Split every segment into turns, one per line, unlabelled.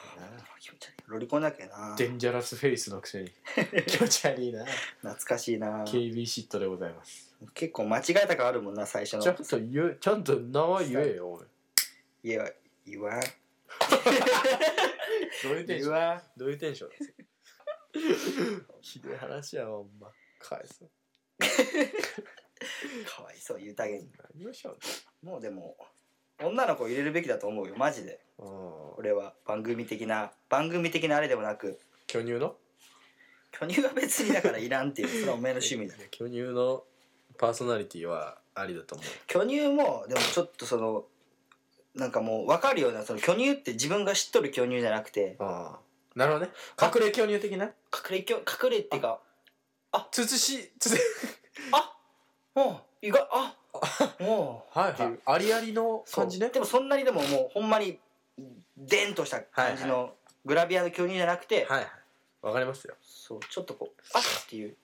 気持ち悪いロリコンだっけな
デンジャラスフェイスのく せに気持ち悪いな
懐かしいな
KB シットでございます
結構間違えた感あるもんな最初
ちゃん
の
と言うちゃんと名前言えよおい
いや言わん
どういうテンシ
言
ョン
わん
どういうテ ンションなんですかひどい話やわほんまかわいそう
かわいそう言うたげに
何をしよ
もうでも女の子入れるべきだと思うよマジで
うのうん
俺は番組的な番組的なあれでもなく
巨乳の
巨乳は別にだからいらんって いうそれはお前の趣味だ
巨乳のパーソナリティはありだと思う
巨乳もでもちょっとそのなんかもう分かるようなその巨乳って自分が知っとる巨乳じゃなくて
ああなるほどね隠れ巨乳的な
隠れ巨隠れっていうか
慎しつつ
あもう意外あも
はい
っていう
ありありの
う
感じね
そうでもそんなにでももうほんまにデンとした感じ
は
のグラビアの巨乳じゃなくて、
はいはいわかりますよ
そうちょっとこうあっっていう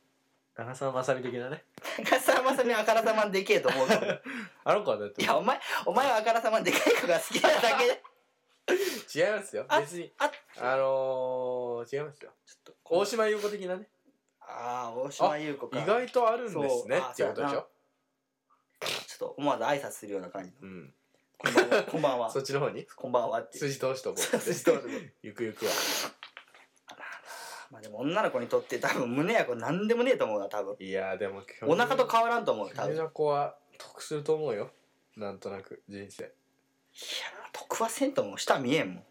長澤まさみ的なね
長澤まさみはあからさまんでけえ と思うけど
あの子はだって
いやお前お前はあからさまんでかい子が好きなだけ で
違いますよ
あ
別に
あ
あのー、違いますよ
ちょっとこう
大島優子的なね
ああ大島優子か
意外とあるんですね
そうあ
っていうことでしょ
そうやなちょっと思わず挨拶するような感じ
うん
こんばんはこんばんは
そっちの方に
こんばんはっていう
筋通しとこう
筋通しとこう
ゆくゆくは
まあでも女の子にとって多分胸やこれ何でもねえと思うな多分
いやでも巨
お腹と変わらんと思うよ多
巨
分い
乳
や
の子は得すると思うよなんとなく人生
得はせんと思う下見えんもん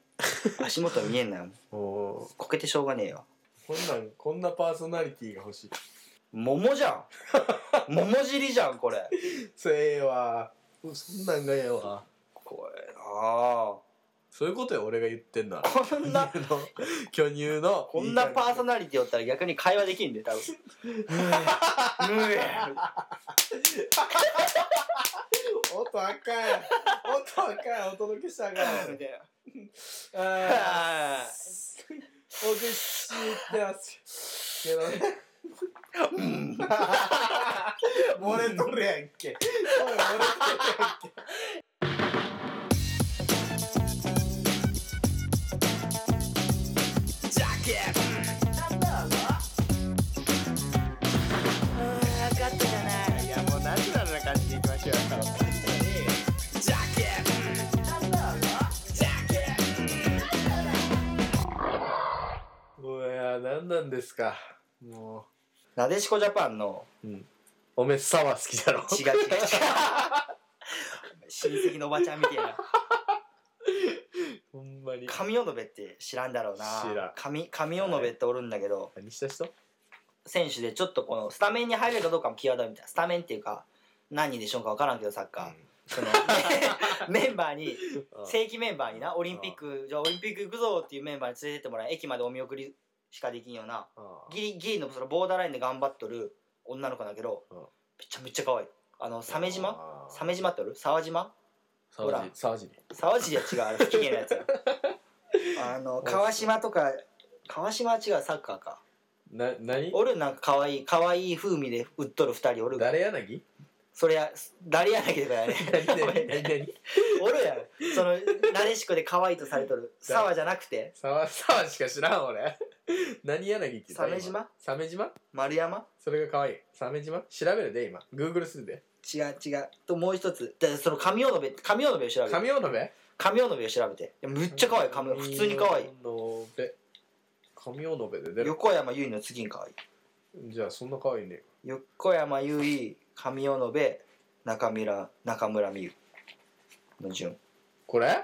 足元見えんなよ
お
こけてしょうがねえわ
こんなんこんなパーソナリティが欲しい
桃じ ゃん桃尻じゃんこれ
せえわうんそんなんがええわ
怖えな
そういうことよ俺が言ってん のは
あこんな
あの巨乳の
こんなパーソ
ナ
ナリティおったら逆に会話できんで多分うえうえ
音あかん音あかんお届けしたらあかん
みたいな
あーお口ってますけどね俺とるやんけ俺とるやんけ
ジャケット分かったじゃないいやもうナチュラルな感じでいきましょうよジャケットジャケッ
もういや何なんですかも
トなでしこジャパンの
う、うん、おめっさは好きだろ
違う違う違う親戚のおばちゃんみたいな
ほんまに
神尾延べって知らんだろうな
知らん
神神尾延べっておるんだけど
何した人
選手でちょっとこのスタメンに入れるかどうかも際立みたいなスタメンっていうか何人でしょうか分からんけどサッカー、その メンバーに
うん
正規メンバーになオリンピックじゃあオリンピック行くぞっていうメンバーに連れてってもらえ駅までお見送りしかできんような
あー
ギリギリのそのボーダーラインで頑張っとる女の子なんだけど
うん
めちゃめちゃ可愛いあの鮫島
あー
鮫島っておる沢島ほら
沢尻沢尻
沢尻は違うあれ不機嫌 なやつやあの川島とか川島は違うサッカーか
な何
おるなんか可愛い可愛い風味で売っとる二人おる
誰柳
それや誰やなきゃだよね
何
ごめ
何
ん
何何
おるやんそのなでしこで可 愛いとされとる沢じゃなくて
沢沢しか知らん俺何柳って言った
鮫島
今鮫島
丸山
それが可愛い鮫島調べるで今 Google するで
違う違うともう一つでその神尾延べ神尾延べを調べて
神尾のべ
神尾延べを調べていやむっちゃ可愛い神尾普通に可愛い
神尾のべ神尾のべで出る
横山優衣の次に可愛い
じゃあそんな可愛いね
横山優衣神尾延べ中村中村美優の順
これ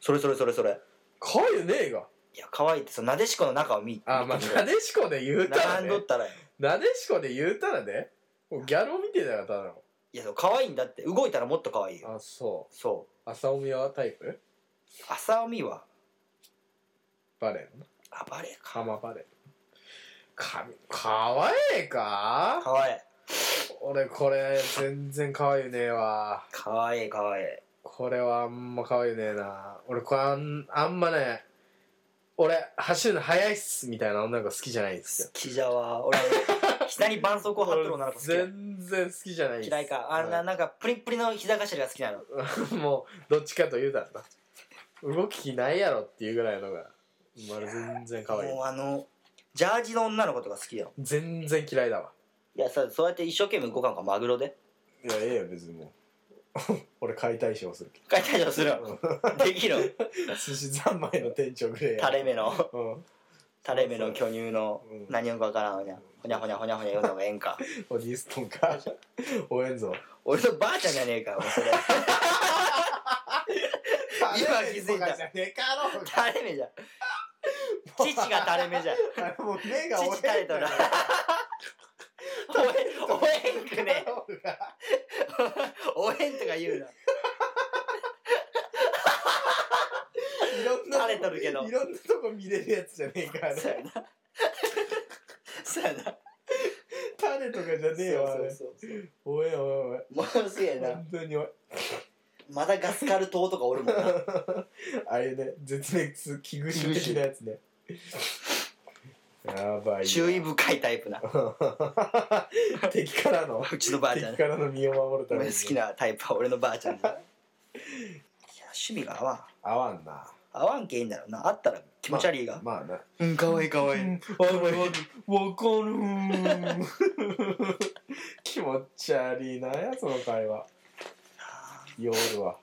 それそれそれそれ
可愛いねえが
いや可愛いってそのなでしこの中を見
あまあ
見て
なでしこで言うたら
並んど
ね
ったらい
なでしこで言うたらねもうギャルを見てたらただの
やそう可愛いんだって動いたらもっと可愛いよ
あそ
そう
浅尾美和タイプ
う浅尾美は
バレーの
あバレエか
浜バレー神可愛いか
可愛い
俺これ全然可愛いねえわ
可愛い可愛い
これはあんま可愛いねえな俺これあんあんまね俺走るの速いっすみたいな女の子好きじゃないんですよ
好きじゃわ俺 膝に絆創膏貼っとる女の子好きや
全然好きじゃないっす
嫌 いかあんな
は
なんかプリンプリの膝頭が好きなの
いもうどっちかと言うたらな動きないやろっていうぐらいのがまる全然可愛い
もうあのジャージの女の子とか好きだよ
全然嫌いだわ
いやさそうやって一生懸命動かんからマグロで
いやええよ別にもう 俺解体ショーするけ
解体ショーする
ど
できる
寿司三昧の店長ぐらいや
垂れ目の
うん
垂れ目の巨乳の
うん
何よくわからんほにゃほにゃほにゃほにゃほにゃ言うのがええん か
オディストン か応援ぞ
俺のばあちゃんじゃねえかもうそれ今気づいた
じゃねえかろうが
垂れ目じゃん 父が垂れ目じゃん
あれもう目が
父垂れとらおえんくね おえんとか言うない
ろんなとこ
垂れとるけど
いろんなとこ見れるやつじゃねえかあれ
そうやなそうやな
垂れとかじゃねえわあれ
そうそう
おえんおえんおえん
もうすげえな
本当におえん
まだガスカル島とかおるもん な
あれね絶滅危惧種的なやつねやばいよ
注意深いタイプな
敵からの
うちのばあち ゃん
敵からの身を守るため
俺
に
好きなタイプは俺のばあちゃんだいや趣味が合わん
合わんな
合わんけいいんだろうなあったら気持ち悪いが、
まあな
うんかわいいかわいい、
わかるわかる 気持ち悪いなやその会話夜は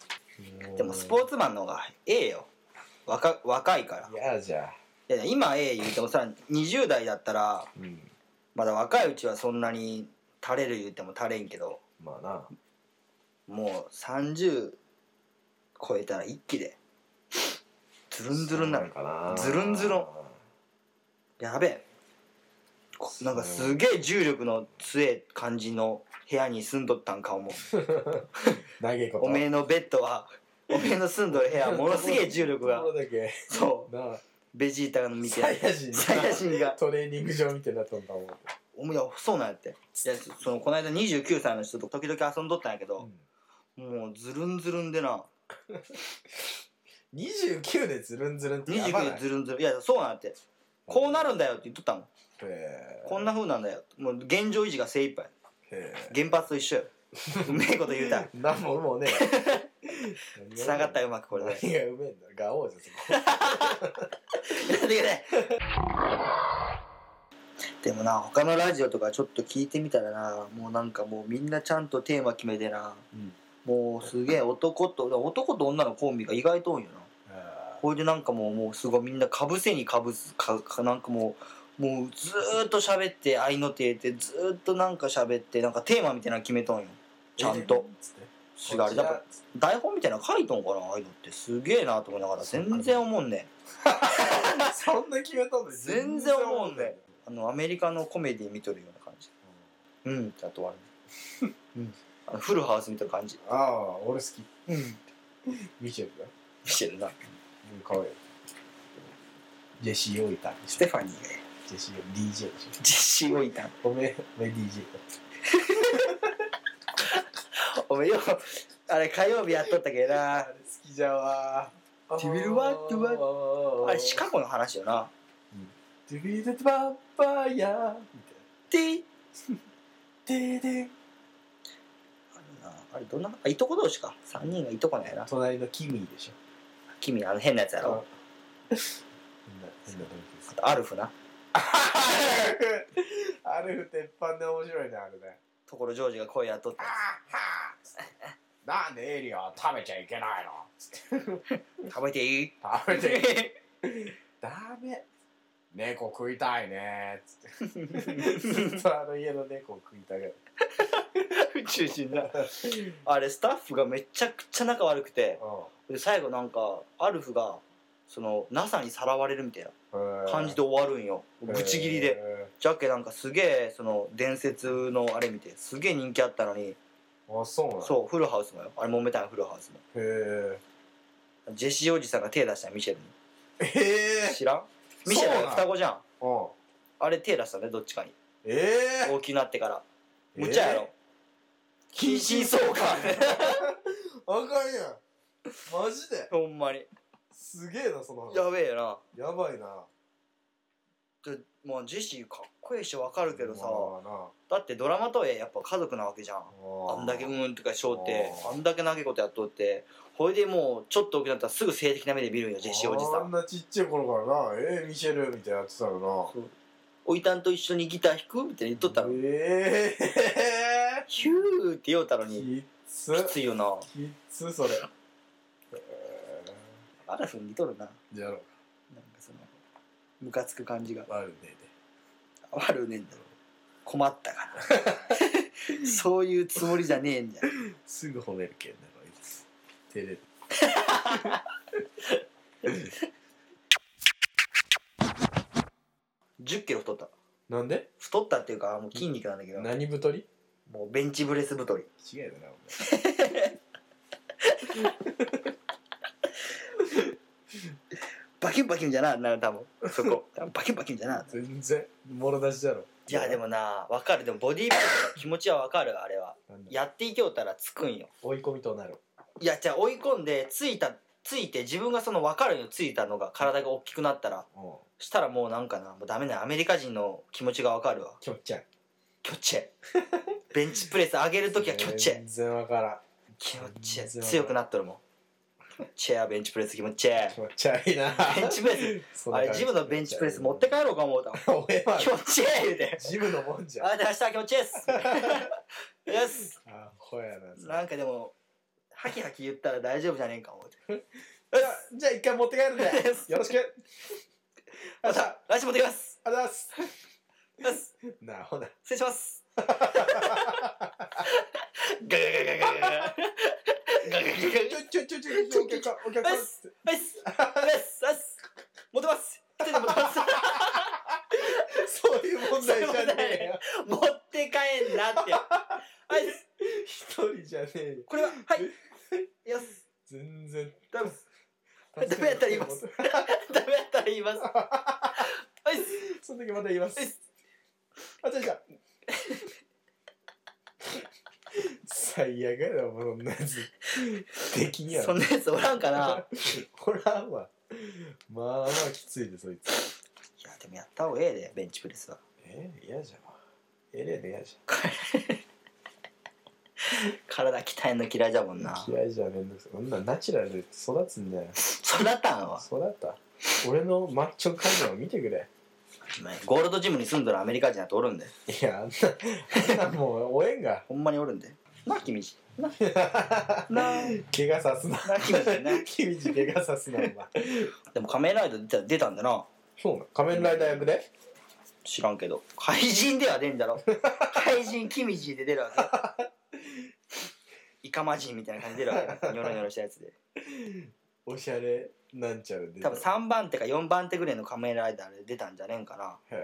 でもスポーツマンの方がええよ若若いから
いやじゃあ
いやいや今ええ言うてもさ20代だったら
うん
まだ若いうちはそんなに垂れる言うても垂れんけど
まあな
もう30超えたら一気でズルンズルンになる
そうかな
ズルンズルンやべえこなんかすげえ重力の強い感じの部屋に住んどったんか思う
投げこと
おめえのベッドはおめえの住んどる部屋はものすげえ重力が
ところだけ
そう
なあ
ベジータが見て
サイヤ人
サイヤ人が
トレーニング場みたいになったんだもん、う
お前いやそうなんやっていやそのこの間29歳の人と時々遊んどったんやけど、
ん、
もうズルンズルンでな
29でズルンズルンってやばな
29
い
でズルンズルンいやそうなんやってこうなるんだよって言っとったもん
へえ
こんなふうなんだよもう現状維持が精一杯
へえ
原発と一 緒ようめえこと言うた
なんももうね
つながったようまくこれで
何がうめえんだガオーじゃんそこ
やってくれ でもな他のラジオとかちょっと聞いてみたらなもうなんかもうみんなちゃんとテーマ決めてな、
うん
もうすげえ男と男と女のコンビが意外と多いよな
あ
これでなんかもうもうすごいみんなかぶせにかぶすかかなんかもうもうずーっと喋って合いの手でずーっとなんか喋ってなんかテーマみたいなの決めとんよ
ー
ちゃんと、
つって
違うあれだから台本みたいなの書いとんかなああいうのってすげえなと思いながら全然思うんねん
そんな決めたのに
全然思うんだよあのアメリカのコメディ見とるような感じうんってあと終わる うんあのフルハウス見とる感じ
ああ俺好き
うん
ミシェルだ
見てるな
うんかわいいジェシー・オイタンで
ス
し
テファニーが
ょジェシー・オイ DJ でし
実施をいたん
ょおめえおめえ DJ
おめえよあれ火曜日やっとったけど
あ
な
れ好きじゃわ
ーティビルワッティワ
ッ
あれシカゴの話よな
トゥビルトバッパイヤーみたいな
テ
で
ィ
で
あれなあれどんなあいとこ同士か3人がいとこなんやな
隣のキミーでしょ
君あの変なやつやろ
変な変な動機です
あとアルフな
あれ鉄板で面白いねあれね
ところジョージが声やっとった
なんでエイリアンは食べちゃいけないの
食べてい い
食べちゃいダメ猫食いたいねつってずっとあの家の猫を食いたがる
宇宙人だあれスタッフがめちゃくちゃ仲悪くてで最後なんかアルフがその NASA にさらわれるみたいな感じで終わるんよぶち切りでじゃっけなんかすげえその伝説のあれ見てすげえ人気あったのに
あそうなの
そうフルハウスもよあれ揉めたのフルハウスも
へ
ジェシーおじさんが手出したのミシェルに
えへえ
知らんミシェルが双子じゃん
うん
あれ手出したねどっちかに
ええ
大きくなってからむっちゃやろ
近
近
親
親
相
相
関
関
わかんやんマジで
ほんまに
すげえなその話
やべえな
やばいな
でまあジェシーかっこいいしわかるけどさ、
まあな
だってドラマとはいえやっぱ家族なわけじゃんあんだけ「うん」とかしょうって
あー
あんだけ長いことやっとってほいでもうちょっと大きくなったらすぐ性的な目で見るんよジェシーおじさ
あん
ん
なちっちゃい頃からな「えー、ミシェル」みたいなやってたよな
そうおいたんと一緒にギター弾くみたいに言っとったら
ええ
ヒューって言おう たのに
きっつ
きついよな
きっつそれえ
アラフに似とるな
ーやろう
なんかそのムカつく感じが
あるね
悪うねんだろ困ったから そういうつもりじゃねえんじゃん
すぐ褒めるけんだろあいつ照れる
1 0キロ太った
なんで
太ったっていうかもう筋肉なんだけど
何太り
もうベンチブレス太り
違えだな
バキュンバキュンじゃなあんなの多分そ こバキュンバキュンじゃな
お前全然もろ出しだろ
いやでもなわかるでもボディービルダーの気持ちはわかるあれは
なんだ
やっていけよったらつくんよ
追い込みとなる
いやじゃあ追い込んでついたついて自分がその分かるよついたのが体が大きくなったら
うん
したらもうなんかなもうダメなアメリカ人の気持ちがわかるわ
きょっちゃん
キョ ッチェベンチプレス上げるときはキョッチェ
全然わからん
気持ち
全然
強くなっとるもんチェアベンチプレス気持ちェ
気持ち悪いな
ベンチプレ
ス
アあれジムのベンチプレス持って帰ろうか思うたもん
俺は
気持ちェア言うて
ジムのもんじゃん
あで明日は気持ちェアっ すよし
あほやな
なんかでもハキハキ言ったら大丈夫じゃねえか思うて
じゃあじゃあ一回持って帰るんでよろしくあじゃあ
来週持ってきます
ありがとうございます
よし
なあほな
失礼しますガガガガガガガガガガガ
ちょ
ガ
ちょちょちょちょお客さんお客さん
ナイスナイスナイス持てます一人で持てます
そういう問題じゃねえよ
持って帰んなってナイス
一人じゃねえよ
これははいよし
全然
ダメですダメやったら言いますダメやったら言いますナイス
その時また言います。あ、違う違う。最悪やな、もうそんなやつ。敵には。
そんなやつおらんかない
ほらんわ。まあまあきついで、そいつ。
やでもやった方がええでベンチプレスは
え嫌じゃん。エレで嫌じ
体鍛えんの嫌いじゃも
ゃ
ん
ん
な。
嫌いじゃんめんどくさい。そんなナチュラルで育つんだよ。
育ったんは
育った。俺のマッチョ感情を見てくれ。
お前ゴールドジムに住んどるアメリカ人だとおるんで
いや、あんな、あんなもう、おえんが。
ほんまにおるんでな君なな
怪我さすな。
な君な
君じ怪我さすな、お前。
でも仮面ライダー出た出たんだな
そうなの仮面ライダー役で
知らんけど怪人では出んだろ怪人キミジーで出るわけ イカマジンみたいな感じで出るわけニョロニョロしたや つで
おしゃれなんちゃらで
多分3番手か4番手ぐらいの仮面ライダーで出たんじゃねえんかな
へ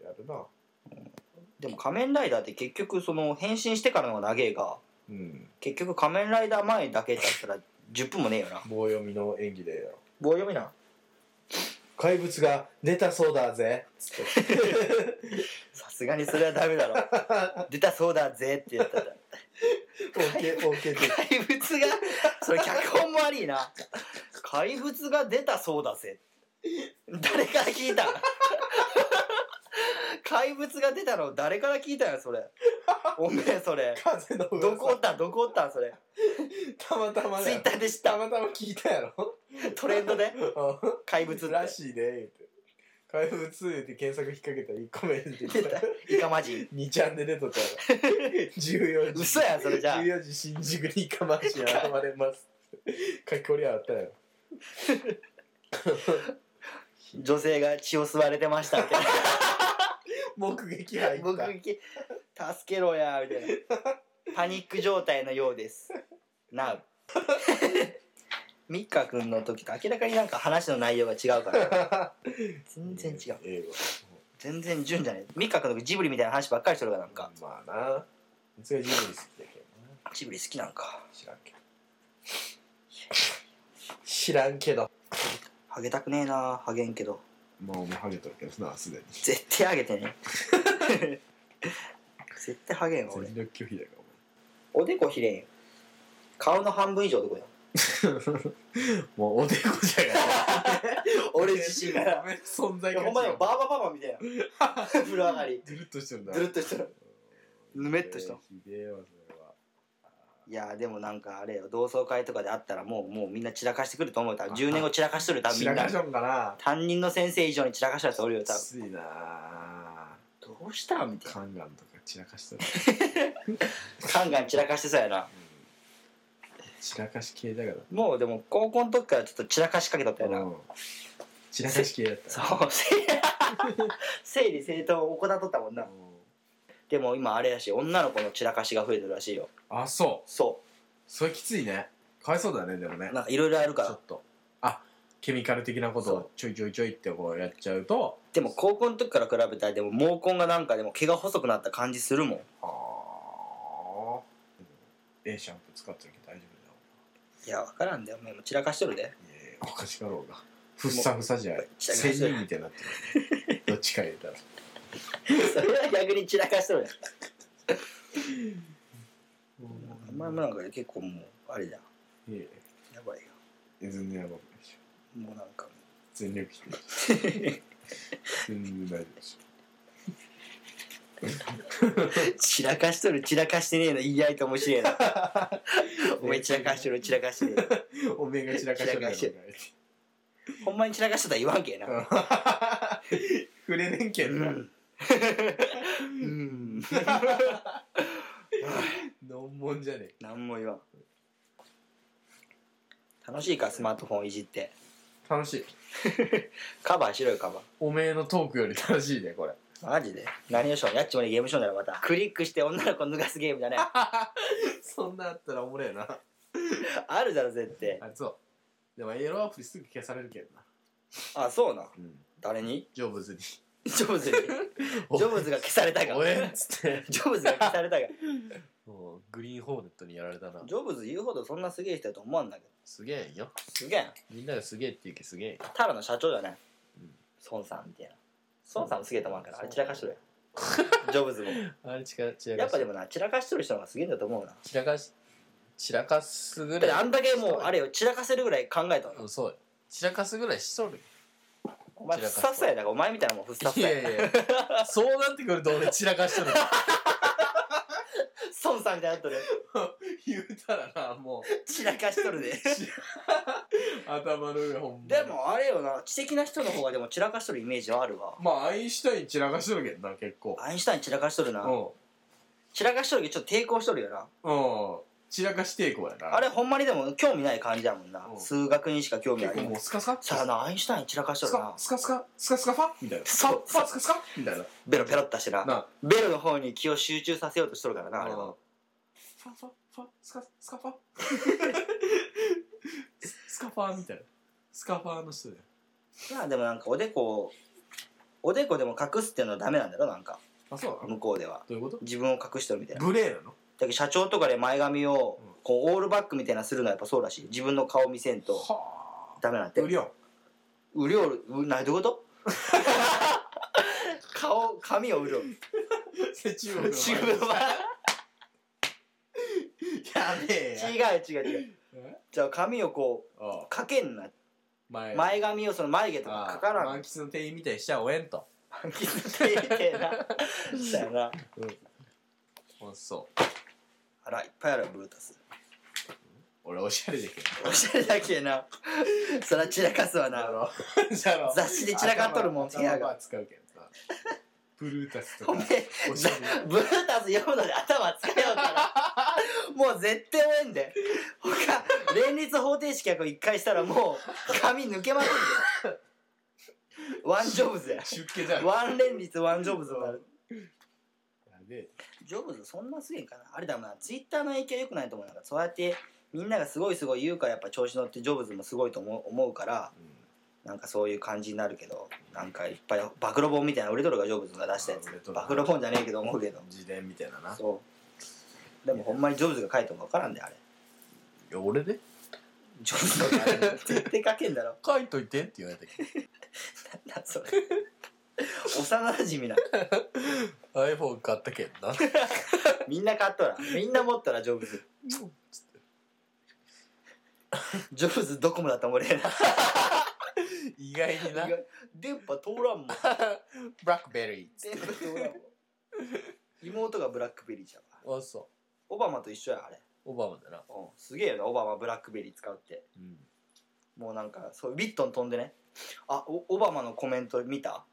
えやるな
でも仮面ライダーって結局その変身してからの方が長えが
うん
結局仮面ライダー前だけだったら10分もねえよな
棒読みの演技でやろ
棒読みな
怪物が出たそうだぜつって
さすがにそれはダメだろ出たそうだぜって言ったら
OK OK で
怪物がそれ脚本も悪いな怪物が出たそうだぜ誰から聞いた怪物が出たの誰から聞いたよそれおめえそれ
風の噂
どこおったんどこおったんそれ
たまたま
ツイ
だ
ッ
よ
ターで知ったた
またま聞いたやろ
トレンドで
う
怪物っ
ん
て
らしいで言うて怪物って検索引っ掛けたら1個目出て
出た
た
イカマジン
2ちゃんで出とったや ろ14時
嘘やんそれじゃあ
14時新宿にかまし現れます書きこりあったやろ
女性が血を吸われてましたみたい
目撃入
な僕
った
助けろやみたいな パニック状態のようです Now ミッカ君の時と明らかになんか話の内容が違うから全然違う
英語
全然純じゃないミカ君のジブリみたいな話ばっかりしてるからなんか
まあなうちがジブリ好きだけどな
ジブリ好きなんか
知らんけど知らんけど
ハゲたくねえなハゲんけど
もうもうハゲとるけどなすでに
絶対ハゲてね 絶対ハゲんわ俺
全力拒否だか
おでこひれんよ顔の半分以上どこや
らお前もうおでこじゃが
俺自しいから
め存在
ほんまでもバーバパパみたいな 風呂上がり
ずるっとしてるんだ
ずるっとしてるぬめっとした
ひでえわそれはい
やでもなんかあれよ同窓会とかで会ったらもうもうみんな散らかしてくると思うよ多分10年後散らかしとるよ多分み
散ら
ん
か
な
しょんかな
担任の先生以上に散らかしたやつおるよ多分
ついな
どうしたみたいな
カンガンとか散らかしてる、
ガンガン散らかしてそうやな
うん散らかし系だから
もうでも高校の時からちょっと散らかしかけとったよな、
うん散らかし系だった
そう整理整頓を怠っとったもんな
うん
でも今あれやし女の子の散らかしが増えてるらしいよ
あそう
そ
それきついねかわいそうだねでもね
うなんかいろいろある
ち
か
ょ
ら
っとあケミカル的なこと
そ
をちょいちょいちょいってこうやっちゃうと
でも高校の時から比べたらでも毛根がなんかでも毛が細くなった感じするもん
あええシャンプー使ってるけど大丈
いや分からんだよお前も散らかしとる
夫
で
だよいやいやおかしかろうがふっさふさじゃ
散ら
仙
かしとる
人みたいになってるどっちか言うたら
それは逆に散らかしとるやんお前もなんか結構もうあれじゃん
いやいや
やばいよ
全然やばくないでしょ
もうなんか
全力否定 全然大丈夫でし
散らかしとる散らかしてねえの言い合いと面白い なお前散らかしとる散らかしてねえ
ょおめえが散らかしとるやろ
散の ほんまに散らかしとったら言わんけえな
うん 触れねんけ
うん
な、
んうん
のんもんじゃねえ
何も言わん楽しいかスマートフォンいじって
楽しい
カバーしろよカバー
おめえのトークより楽しいねこれ
マジで何をしようやっちまでゲームしようならまたクリックして女の子脱がすゲームだ ね
そんなあったらおもれえな
あるだろ絶対
あそうでもエロアプリすぐ消されるけどな
あそうな
うん
誰に
ジョブズに
ジョブズにジョブズが消されたが
おえんっつって
ジョブズが消されたが
もうグリーンホーネットにやられたな
ジョブズ言うほどそんなすげえ人やと思わんだけど
すげえんよ
すげえな
みんながすげえって言うけどすげえんよ
タラの社長じゃない
うん
孫さんみたいな孫さんもすげえと思うからあれ散らかし とるやんジョブズも
あれちらちら
や
か
っぱ
し
でもな散らかしとる人の方がすげえんだと思うな
散らかし散らかすぐ
だって
ら
あ
い
んだけもうあれよ散らかせるぐらい考えたの
う
よ
んそうよ散らかすぐらいしとるよ
お前ふっさふさやだからお前みたいなもんふっさふ
い
さ
や
や
いやいやそうなってくると俺散らかし とる
孫さんみたいになっとる
言うたらなもう
散らかしとるで
頭の上ほんまに
でもあれよな知的な人の方がでも散らかしとるイメージはあるわ
まあアインシュタイン散らかしとるけどな結構
アインシュタイン散らかしとるな
う
散らかしとるけどちょっと抵抗しとるよなん
うん散らかし抵抗やな
あれほんまにでも興味ない感じやもんな
うん
数学にしか興味な
結構も
いう
スカスカ
さあなアインシュタイン散らかしと
ス
る
カ
な
スカスカスカスカファみたいな
そう
ファスカスカみたいな
ベロペロッとしてな
な
ベロの方に気を集中させようとしとるからなあれは
ファファファスカスカ ファスカファみたいなスカファの人だよ
まあでもなんかおでこをおでこでも隠すっていうのはダメなんだろなんか
あそうなの
向こうでは
どういうこと
自分を隠してるみたいな
無礼なの
だけど社長とかで前髪を
うん
こうオールバックみたいなするのはやっぱそうらしい自分の顔見せんと
は
ダメなん
あ
て
無料
うりょうるうなどういうこと 顔髪をうるお
中
る中国の前
やべえ
違う違う違う
え
じゃあ髪をこう
ああ
かけんな
前
前髪をその眉毛と
あ
か
あ
かからん
満喫の店員みたいにしちゃおえんと
満喫って言ってな だよな
おそう
あらいっぱいあるわブルータス
俺おしゃれでけ
おしゃれだけなそら散らかすわな
ろじゃろ
雑誌で散らかっとるもん部
頭
屋
頭
が
は使うけどなブルータスと
お
か
め
おしゃれ
ブルータス読むので頭使えようからもう絶対終えんで他連立方程式1一回したらもう髪抜けまくるでワンジョブズや
出家じゃんや
ワン連立ワンジョブズになる
べえ
ジョブズそんなすげえかなあれだもんなツイッターの影響良くないと思うなんかそうやってみんながすごいすごい言うからやっぱ調子乗ってジョブズもすごいと思う思うからなんかそういう感じになるけどなんかいっぱい暴露本みたいな売れとるがジョブズが出したやつ
あ売れとるな
暴露本じゃねえけど思うけど
自伝みたいなない
そうでもほんまにジョブズが書いたのか分からんであれ
や俺で
ジョブズの書いた絶対書けんだろ
書いといてって言われたけ
なんだそれ幼馴染みな
ど iPhone 買ったけんなつっ
みんな買っとらみんな持っとらジョブズ
て
ジョブズドコモだと思うれな
言意外にな
意外電波通らんもん
ブラックベリ
電波通らんもん 妹がブラックベリーじゃん
ーあそ
オバマと一緒やあれ、
うオバマだな
うん、すげえよなオバマブラックベリー使うって
うん
もうなんかそうウィットン飛んでねあおオバマのコメント見た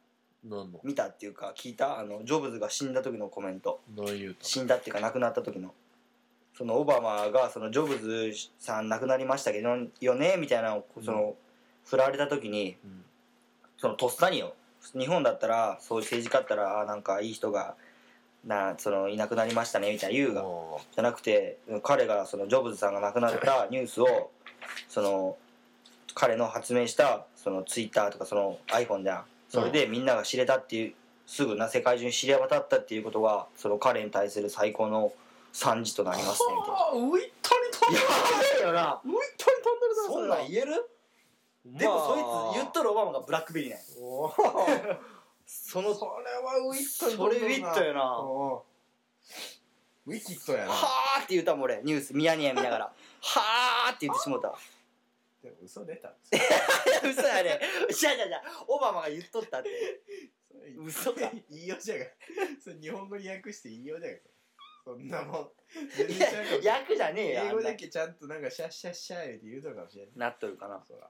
何の
見たっていうか聞いたあのジョブズが死んだ時のコメント
何言うた
死んだっていうか亡くなった時のそのオバマがそのジョブズさん亡くなりましたけどよねみたいなのをその、振られた時に
うん
そのとっさによ日本だったらそういう政治家だったらあなんかいい人がなそのいなくなりましたねみたいな言うが
も
じゃなくて彼がそのジョブズさんが亡くなったニュースをその彼の発明したそのツイッターとかその iPhone じゃんそれでみんなが知れたっていうすぐな世界中に知れ渡ったっていうことがその彼に対する最高の賛辞とな
う
りますねみたいな
はあ浮いたに飛んでる
べえよな
浮いたに飛んでるな
そん
れは
なん言えるでもそいつ言っとるオバマがブラックベリーなんや
おー
その
それはウィットに
それウィットやな
おーウィキッドやな
はーって言うたもん俺ニュースミヤニヤ見ながらはーって言ってしもうた
でも嘘出た
嘘やねじゃあじゃあじゃあオバマが言っとったって嘘か
言いよう じゃがそれ日本語に訳して言いようじゃがそんなもん全
い
然
や
ちゃうかもしれん
役じゃねえよ
英
あ
語
んな
だけちゃんとなんかシャッシャッシャー言うて言うとるかもしれない
なっとるかな
そうだ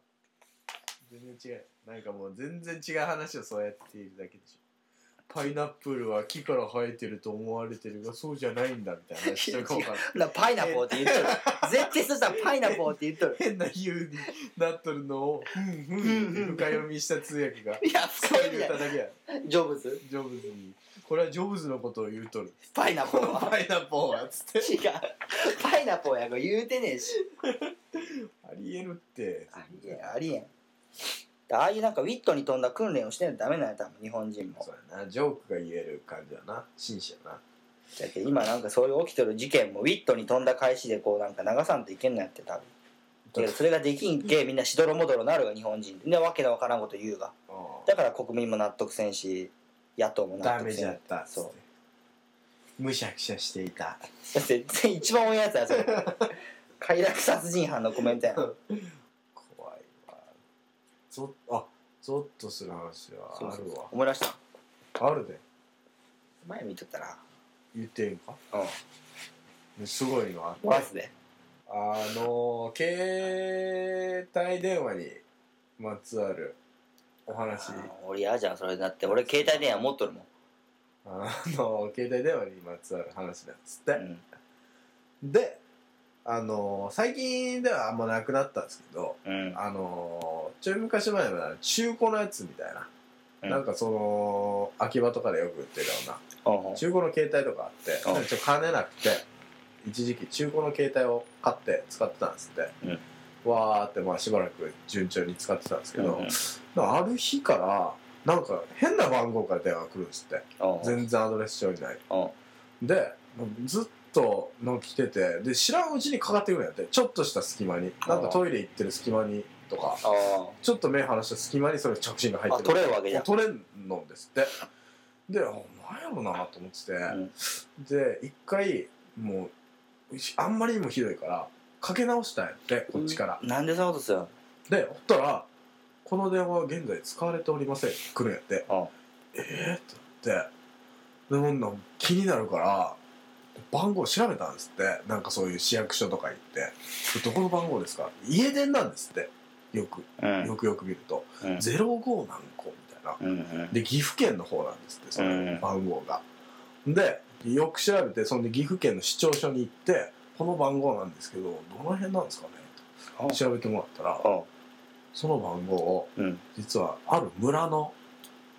全然違うなんかもう全然違う話をそうやっているだけでしょパイナップルは木から生えてると思われてるがそうじゃないんだみたいな話とかも
なパイナポーって言っとる絶対そしたらパイナポーって言っとる
変な言うになっとるのを「ふんふん」って深読みした通訳が
いや
そ
深
う
いみ
言
た
っ
い
ただけや
ジョブズ
ジョブズにこれはジョブズのことを言うとる
パイナポーは
パイナップルはつって
違うパイナポーやから言うてねえし
ありえるって
ありえんありえんああいうなんかウィットに富んだ訓練をしてんのダメなんや多分日本人も
そうやなジョークが言える感じだな紳士やな
だけど今なんかそういう起きてる事件もウィットに富んだ返しでこうなんか流さんといけんのやって多分だけどそれができんけみんなしどろもどろなるが日本人でわけのわからんこと言うが
あ
だから国民も納得せんし野党も
ー
納
ダ
得
メ
せ
じ
ん
ゃった
そう
そうむしゃくしゃしていた
絶対一番多いやつやそれ 快楽殺人犯のコメントやん
うん怖いわぞあゾッとする話はあるわ
そうそうそう思い出した
あるで
前見とったな
言っていいんか
うん
ねすごいのあった
バスで
あの携帯電話にまつわるお話
あー俺嫌じゃんそれだって俺携帯電話持っとるもん、
あの携帯電話にまつわる話なんですって、
うん
であの最近ではあんまなくなったんですけど
うん
あのちょい昔までは中古のやつみたいな、
うん
なんかその秋葉とかでよく売ってるような
うん
中古の携帯とかあって
うん
なんかちょっと金なくて一時期中古の携帯を買って使ってたんですって、わーってまあしばらく順調に使ってたんですけど、
う
な
ん
んかある日からなんか変な番号から電話が来るんですって全然アドレス帳にない
うん
でずっとの来ててで知らんうちにかかってくるんやってちょっとした隙間になんかトイレ行ってる隙間にとか
あー
ちょっと目離した隙間にそれ着信が入っ
あ
て
取れるわけじゃん
取れんのですってであ何やろなと思ってて、
ん
で一回もうあんまりにもひどいからかけ直したんやってこっちから、
なんでそんなことするの
でほったら「この電話は現在使われておりません」来るんやって
うん
ええってなってでもんなん気になるから番号調べたんですってなんかそういう市役所とか行って「どこの番号ですか?」家電なんですってよく
うん
よくよく見ると
う
「
ん
05何個」みたいな
うんうん
で岐阜県の方なんですってそ
うんう
の
ん
番号が、でよく調べてそんで岐阜県の市町所に行ってこの番号なんですけどどの辺なんですかね
うん
調べてもらった
う
ら
ん
その番号を
うん
実はある村の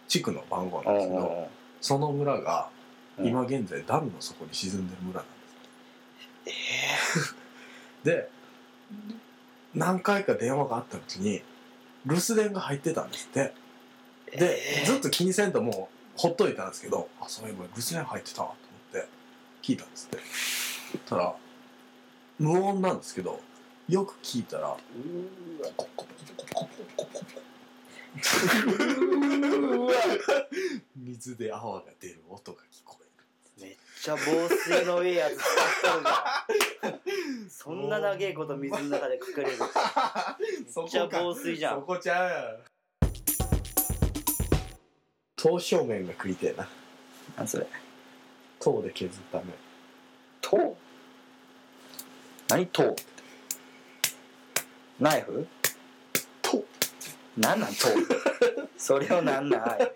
地区の番号なんですけどその村が
うん
今現在ダムの底に沈んでる村なんです、で何回か電話があったうちに留守電が入ってたんですってで、
えー
ずっと気にせんともうほっといたんですけどあそういえば留守電入ってたわと思って聞いたんですってそしたら無音なんですけどよく聞いたら
うわ
水で泡が出る音が聞こえる
めっちゃ防水のいいやつ使っとるじゃんそんな長 えこと水の中で隠れるってめっちゃ防水じゃん
こちゃう刀削麺が食いてえな
なんそれ
刀で削った麺
刀何刀ってナイフ
刀
なんなん刀それをなんなんあい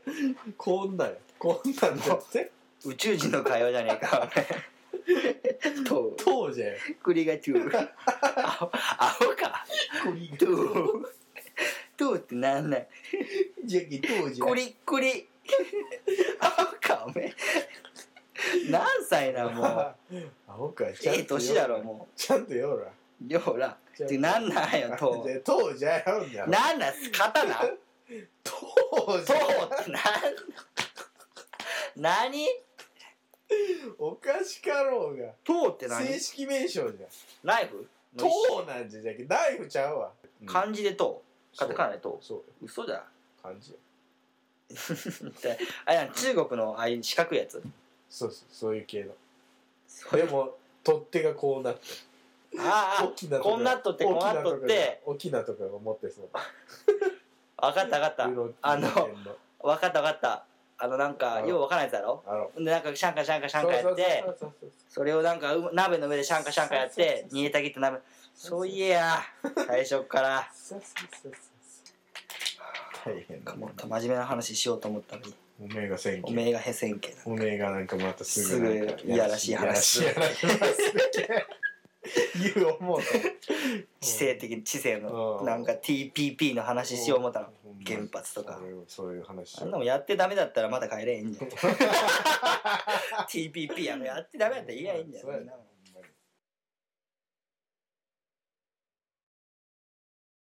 こんなんやこんなん じゃなくて
宇宙人の会話じゃねえか俺刀
刀じゃん
栗がチュー青青か
栗
刀刀ってなんなん
じゃき刀じゃん
コリッコリ青かおめえ何歳なもう
青か ちゃん
え
と
え年だろも
ちゃんとよら
うようら
ちゃん
でなんなんよ
と
と
刀 じゃんやろ
なんなん刀と
刀じゃん
ってなん何
おかしかろうが
とって何
正式名称じゃん
ナイフの一種
刀なんじゃじゃきナイフちゃうわ
漢字でとカタカ
ナ
ナでと
そう
嘘 だ
漢字
ってあれやん中国のああいう四角いやつ
そうそうそういう系の
そ
で
れ
も取っ手がこうなって
ああ
大きなと
こんなとってこんなとって
大きなとこが持ってそう
分かった分かったあの分かった分かったあのなんか
うん
よう分からないやつだろ
あの
でなんかシャンカシャンカシャンカやって
そうそうそう
それをなんかう鍋の上でシャンカシャンカやっ
そうそう
て
そうそう
煮えたぎって鍋そういえや最初っから
そうそうそうそうそう大変だ
もっと真面目な話しようと思ったのに
おめえが千
お
金
めえがへせんけん
おめえがなんかまたすぐなんか
すぐいやらしい話
いやらしい話 言う思うと
知性的知性の
うん
なんか TPP の話しよう思ったの原発とか
そういうそういう話
あんなもんやってダメだった らまだ帰れへんじゃん TPP あのやってダメだったら言えばいいんじゃん
そうやな
そんなもん